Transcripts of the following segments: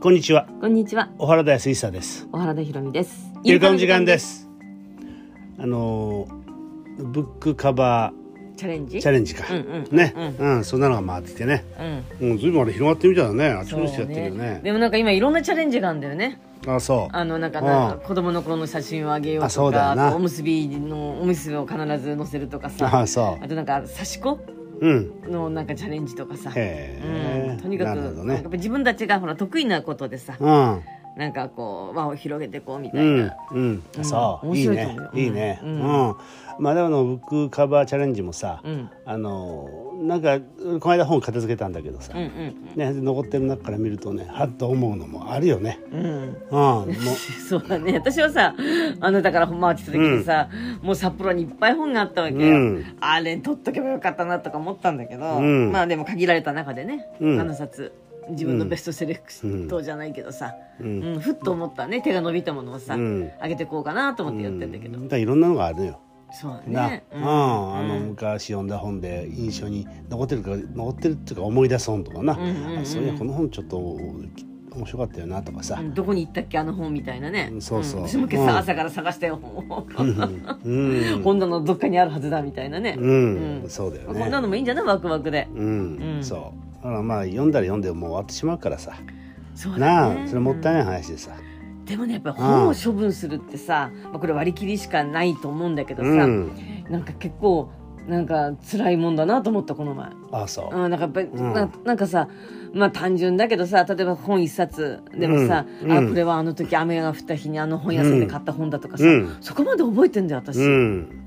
こんにちはこんにちは、小原田康久です小原田ひろみです。イルカの時間で。すあのーブックカバチャレンジ。ーチャレンジか、うんうんね、うんそんなのが回ってきてねうん。うんずいぶんあれ広がってみたらねあちそこうちでやってるよねでもなんか今いろんなチャレンジがあるんだよね。あそうあのなんかうんなんか子供の頃の写真をあげようあそとうだよなか、あとおむすびのおむすびを必ず載せるとかさ。あそあとなんか刺し子ううんのなんかチャレンジとかさ。へえ、うんとにかなく、るほどやっねぱ自分たちがほら得意なことでさ、うんなんかこう輪を広げていこうみたういんな。うん、そう、面いい白いとね思うよいいねう、うんんまあでもあのブックカバーチャレンジもさ、うんあのなんかこの間本片付けたんだけどさ、うんうんね、残ってる中から見るとねはっと思うのもあるよね。うん。うん、もう そうだね私はさあのだから本回ってきた時にさ、もう札幌にいっぱい本があったわけよ、うんあれ取っとけばよかったなとか思ったんだけど、うんまあでも限られた中でね、うん7冊自分のベストセレクトじゃないけどさ、ううんんふっと思ったね手が伸びたものをさ、うんあげてこうかなと思ってやってんだけど、だからいろんなのがあるよ。そうだな、ねうん、あの昔読んだ本で印象に残ってるか残ってるっていうか思い出す本とかな、うんうんうんあそういやこの本ちょっと面白かったよなとかさう、んどこに行ったっけあの本みたいなねうんそうそうん私も今朝、うん朝から探したよ本をうん、本棚のどっかにあるはずだみたいなね、うんうんそうだよまあね。こんなのもいいんじゃないワクワクで、うん、うんそう。だからまあ読んだら読んでもう終わってしまうからさ、そうだねなあそれもったいない話でさ、でもねやっぱり本を処分するってさ、まあ、これ割り切りしかないと思うんだけどさ、うん、なんか結構なんか辛いもんだなと思ったこの前、あそう。うん、なんかやっぱり、うんななんかさまあ単純だけどさ例えば本一冊でもさ、うんうあんこれはあの時雨が降った日にあの本屋さんで買った本だとかさ、うんそこまで覚えてんだよ私、うん、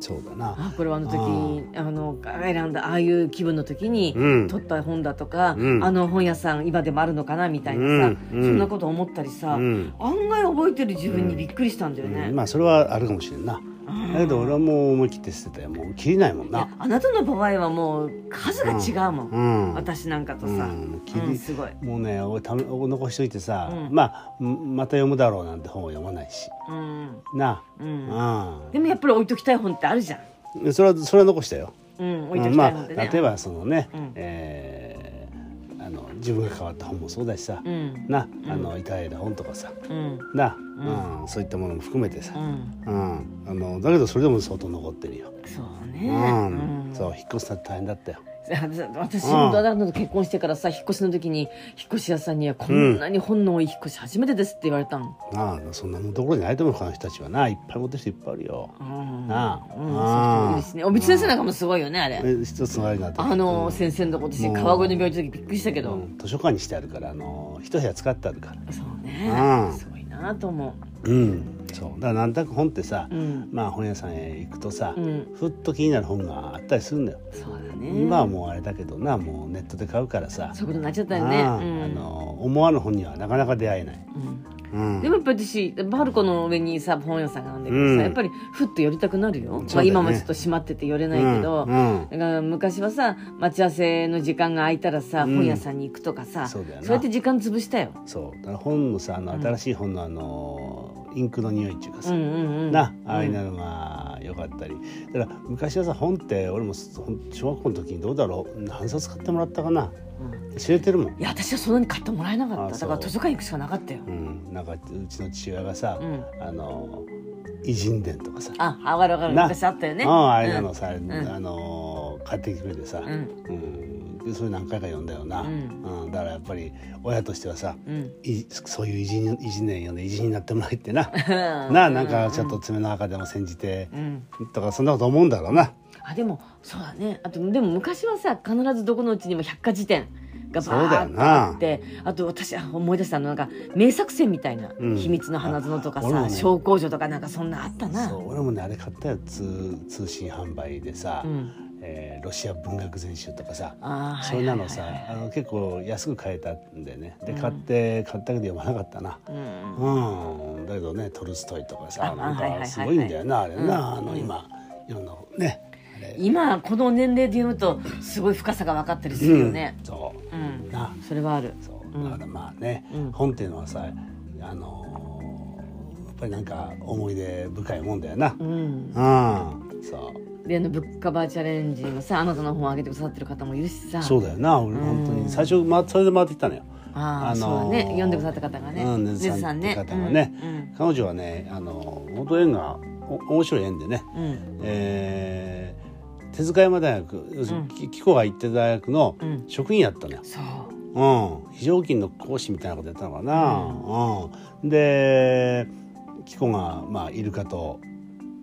そうだな。あこれはあの時にあの選んだああいう気分の時にうん取った本だとか、うんあの本屋さん今でもあるのかなみたいなさ、うんうんそんなこと思ったりさ、うん案外覚えてる自分にびっくりしたんだよね、うんまあそれはあるかもしれんな。だけど俺はもう思い切って捨てたよ。もう切りないもんいやな。あなたの場合はもう数が違うもん、うん。私なんかとさ、ううんん切りすごい、もうね、俺ため残しといてさ、うんまあんまた読むだろうなんて本を読まないし、うんなうんあ、でもやっぱり置いときたい本ってあるじゃん、うん。それはそれは残したよ。うん、置いとうんきまたい本あってね、例えばそのね、うんえーあの自分が変わった本もそうだしさ、うんなあのいただいた本とかさうんな、うんそういったものも含めてさう、んうんあのだけどそれでも相当残ってるよ、そううね、んうんそう引っ越すの大変だったよ私もだだ結婚してからさ引っ越しの時に引っ越し屋さんにはこんなに本の多い引っ越し初めてですって言われたの、なあそんなところにないと思う他の人たちはないっぱい持ってる人いっぱいあるよ、うんなあ、うん、そういう人もいるしねお道先生なんかもすごいよねあれえ一つのあれなんてあの先生のとこ私もう川越の病院の時びっくりしたけど、うん図書館にしてあるからあの一部屋使ってあるからそうね、うんすごいなと思うんそうだからなんとなく本ってさ、ううんまあ本屋さんへ行くとさ、うんふっと気になる本があったりするんだよ、そうだね今はもうあれだけどなもうネットで買うからさそういうことになっちゃったよねああうんあの思わぬ本にはなかなか出会えない、うんうん、でもやっぱり私バルコの上にさ本屋さんがあるんだけどさ、うんやっぱりふっと寄りたくなるよ、そうまだあ、ね今もちょっと閉まってて寄れないけど、うんうんだから昔はさ待ち合わせの時間が空いたらさ、うん本屋さんに行くとかさそうだよなやって時間潰したよ。そうだから本のさあの新しい本のあの、インクの匂いっていうかうさ、んうんうん、なああいうのが良かったりだから昔はさ本って俺もほん小学校の時にどうだろう何冊買ってもらったかなうん知れてるもんい、や私はそんなに買ってもらえなかっあたそだうから図書館行くしかなかったよう。ん、なんかうちの父親がさ、うんあの偉人伝とかさああわかるわかるな昔あったよね。ああれなのさ、んあの買ってきてくれてさ、ううんんでそれ何回か読んだよな、ううんんだからやっぱり親としてはさ、うんいそういう偉人偉人伝読んで偉人になってもらいってな、な ななんかちょっと爪の赤でも煎じてう、んとかそんなこと思うんだろうな。あでもそうだねあとでも昔はさ必ずどこのうちにも百科事典がそうバだよーッとなあってあと私あ思い出したあのなんか名作戦みたいな「うん秘密の花園」とかあ俺さもね「小公女」とかなんかそんなあったなそう俺もねあれ買ったよ通通信販売でさ、うんえーロシア文学全集とかさあーそはんいなはいのはいさ、あの結構安く買えたんでねで買って、買ったけど読まなかったな。うんうん、だけどねトルストイとかさあなんはいはいはいはかいすごいんだよなあれな、うんあの今いろんなねあれ今この年齢で言うとすごい深さが分かったりするよねうんそう、うんなそれはあるそううんだからまあね、うん本っていうのはさあのーやっぱりなんか思い出深いもんだよなうんうん、そうであのブックカバーチャレンジのさあなたの本をあげてくださってる方もいるしさそうだよな俺うん本当に最初、ま、それで回ってきたのよああ、あのーそうだね読んでくださった方がねうんねずさんねずねさんって方がねうん彼女はねあの本当縁がお面白い縁でね、うんえー手塚山大学要するにき紀子が行ってた大学のうん職員やったのよ、そううん、非常勤の講師みたいなことやったのかな、うんで紀子が、まあ、イルカと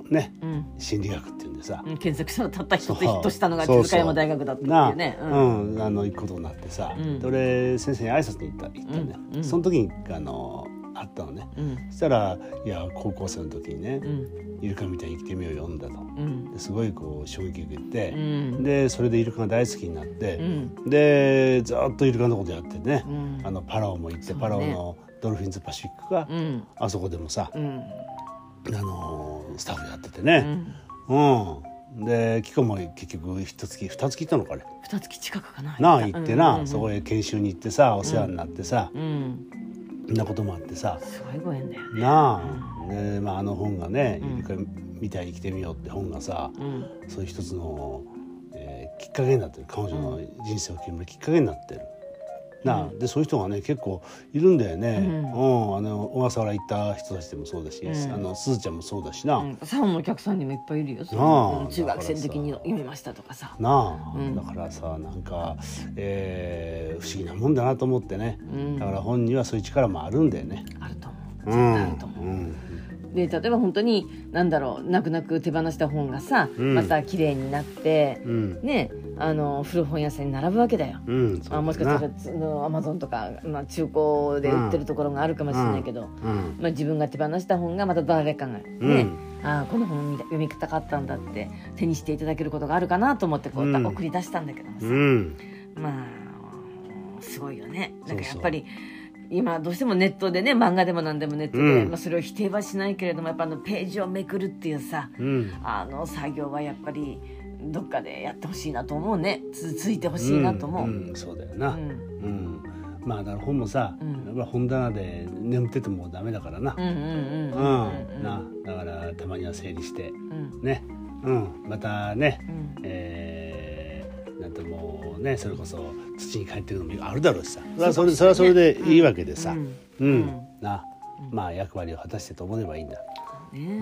ねうん心理学っていうんでさ、うん検索したらたった一つそうヒットしたのがそうそう手塚山大学だったっなあ、ていうねうんあの行くことになってさ、うんで俺先生に挨拶に行った行ったね、うんうんその時にあの会ったのねうんそしたら「いや高校生の時にね、うんイルカみたいに生きてみようよ」んだとうんですごいこう衝撃受けうて、んでそれでイルカが大好きになっうて、んでずっとイルカのことやってねう、んあのパラオも行って、そうねパラオのドルフィンズパシフィックが、うんあそこでもさ、うんあのースタッフやっててうね、んうんでキコも結局一月二月行ったのかね二月近くかななあ行ってな、そこへへ研修に行ってさお世話になってさ、うんん、なこともあってさすごいご縁だよねなあ,、ねまあ、あの本がね「うんイルカみたいに生きてみよう」って本がさ、うんそういう一つの、えーきっかけになってる彼女の人生を決めるきっかけになってる。なあでそういう人がね結構いるんだよね、ううんんあの小笠原行った人たちでもそうだし、うんあのすずちゃんもそうだしな、うんサロンのお客さんにもいっぱいいるよそなあの中学生の時にだからさ読みましたとかさなあ、うんだからさなんか、えー不思議なもんだなと思ってねうんだから本にはそういう力もあるんだよね。あると思うう絶ん対あると思ううんで例えば本当に何だろう泣く泣く手放した本がさ、うんまた綺麗になってうんねあの古本屋さんに並ぶわけだよ。うんそうだあなもしかしたらつのアマゾンとか、まあ、中古で売ってるところがあるかもしれないけど、うんまあ、自分が手放した本がまた誰かがね、うんああこの本読みたかったんだって手にしていただけることがあるかなと思ってこうう、ん送り出したんだけどもさ、うんまあすごいよねなんかそうやそうっぱり今どうしてもネットでね漫画でも何でもネットで、うんまあ、それを否定はしないけれどもやっぱあのページをめくるっていうさうんあの作業はやっぱりどっかでやってほしいなと思うねつついてほしいなと思う。んんそうだよな、ううんんまあだから本もさ、うんやっぱ本棚で眠っててもダメだからなう、んうんうんううんんなだからたまには整理してうんね、うん、またね、うんえーなんともうねそれこそ土に帰ってくるのもあるだろうしさそれはそれそれはそれでいいわけでさ、ううんんなまあ役割を果たしてと思えばいいんだ。ね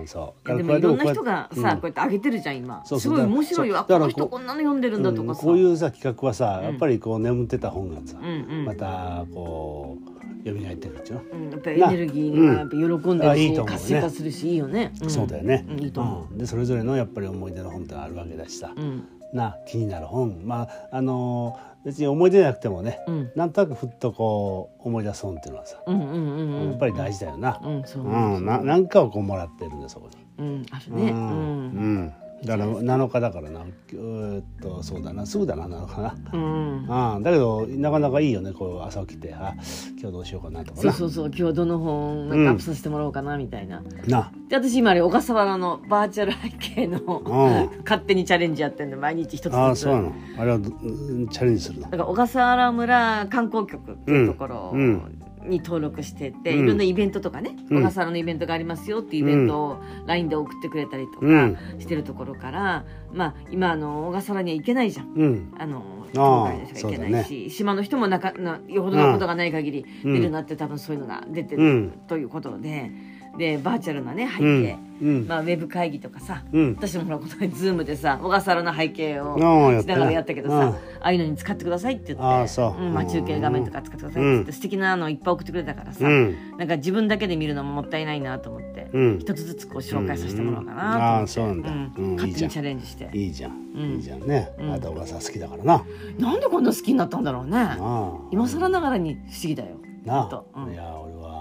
うん、そう。いやでもいろんこうなやって人がうんさこうやってあげてるじゃん今そうすそうごい面白いよだあからこそうだからこうの人こんなの読んでるんだとかうんさこういうさ企画はさ、うんやっぱりこう眠ってた本がさ、うんうんまたこう蘇ってくるっちゅうの、うんやっぱりエネルギーがやっぱ喜んでなうんあるいいし、と思うね活性化するしいいよね、んそうだよね、うんいいと思うんでそれぞれのやっぱり思い出の本ってあるわけだしさ、ううんな気になる本まああのー別に思い出じゃなくてもね、うんなんとなくふっとこう思い出す本っていうのはさ、うんうんうんうんやっぱり大事だよな、うんそううんななんかをこうもらってるんだそこに。うんあるねううんうんんだから7日だからなうーっとそうだなすぐだな7日な。うんああだけどなかなかいいよねこう朝起きてあ今日どうしようかなとかそなうそうそう今日どの本なんかアップさせてもらおうかなみたいな、なで私今あれ小笠原のバーチャル背景のう 勝手にチャレンジやってんで毎日一つずつああそうなのあれはどうんチャレンジするのだから小笠原村観光局っていうところうんに登録してて、うんいろんなイベントとかね、うん小笠原のイベントがありますよっていうイベントを LINE で送ってくれたりとかうんしてるところから、まあ今あの小笠原には行けないじゃん。うんあのあー島外でしか行けないそし、島の人もなかなよほどのことがない限りうん出るなって多分そういうのが出てうるんということで、でバーチャルなね背う景、んうんまあウェブ会議とかさ、うん私もほらこの前ズームでさ小笠原の背景をああやっしねたながらやったけどうんさああいうのに使ってくださいって言ってああそうんまあ、中継画面とか使ってくださいって言って、うん素敵なのいっぱい送ってくれたからさ、うんなんか自分だけで見るのももったいないなと思って、うん一つずつこう紹介させてもらおうかうんああなとそうな思っんて、だうんうんいい勝じゃん手にチャレンジしていいじゃん、うんいいじゃんね、うあんなたお母さん好きだからななんでこんな好きになったんだろうねああ今更ながらに不思議だよなちょっとあ、うん いや俺は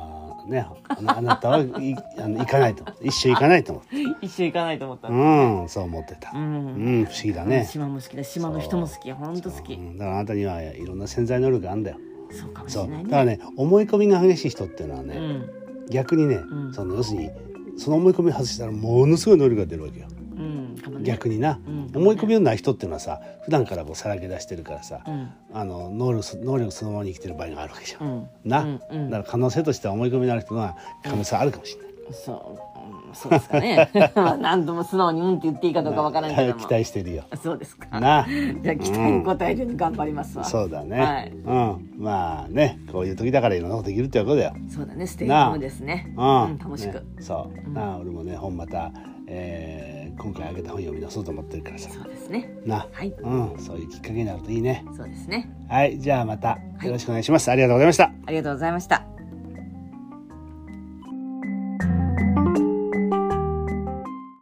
ねあのあなたはい あの行かないと一緒行かないと思って一緒行かないと思った、うんそう思ってた、ううんん不思議だね、島も好きだ島の人も好きほんと好きうんだからあなたにはいろんな潜在能力があるんだよそうかもしそれうなだいからねね思い込みが激しい人っていうのはね、うん逆にね、うんその要するにその思い込みを外したらものすごい能力が出るわけようんかもね逆にな、うん思い込みのない人っていうのはさ普段からこうさらけ出してるからさ、うんあの能力そ能力そのままに生きてる場合があるわけじゃん、うんな、うんうんだから可能性としては思い込みのある人は可能性あるかもしれない、そううんそうですかね まあ何度も素直に「うん」って言っていいかどうかわからんけども期待してるよあそうですかなあじゃあ期待に応えるように頑張りますわ、そうだね、はいうんまあねこういう時だからいろんなことできるってことだよそうだねステイホームですねうん、うん、楽しく、ねそう、うんなあ俺もね本また、えー今回あげた本読み出そうと思ってるからさそうですねなはいうんそういうきっかけになるといいねそうですねはいじゃあまたよろしくお願いします、ありがとうございましたありがとうございました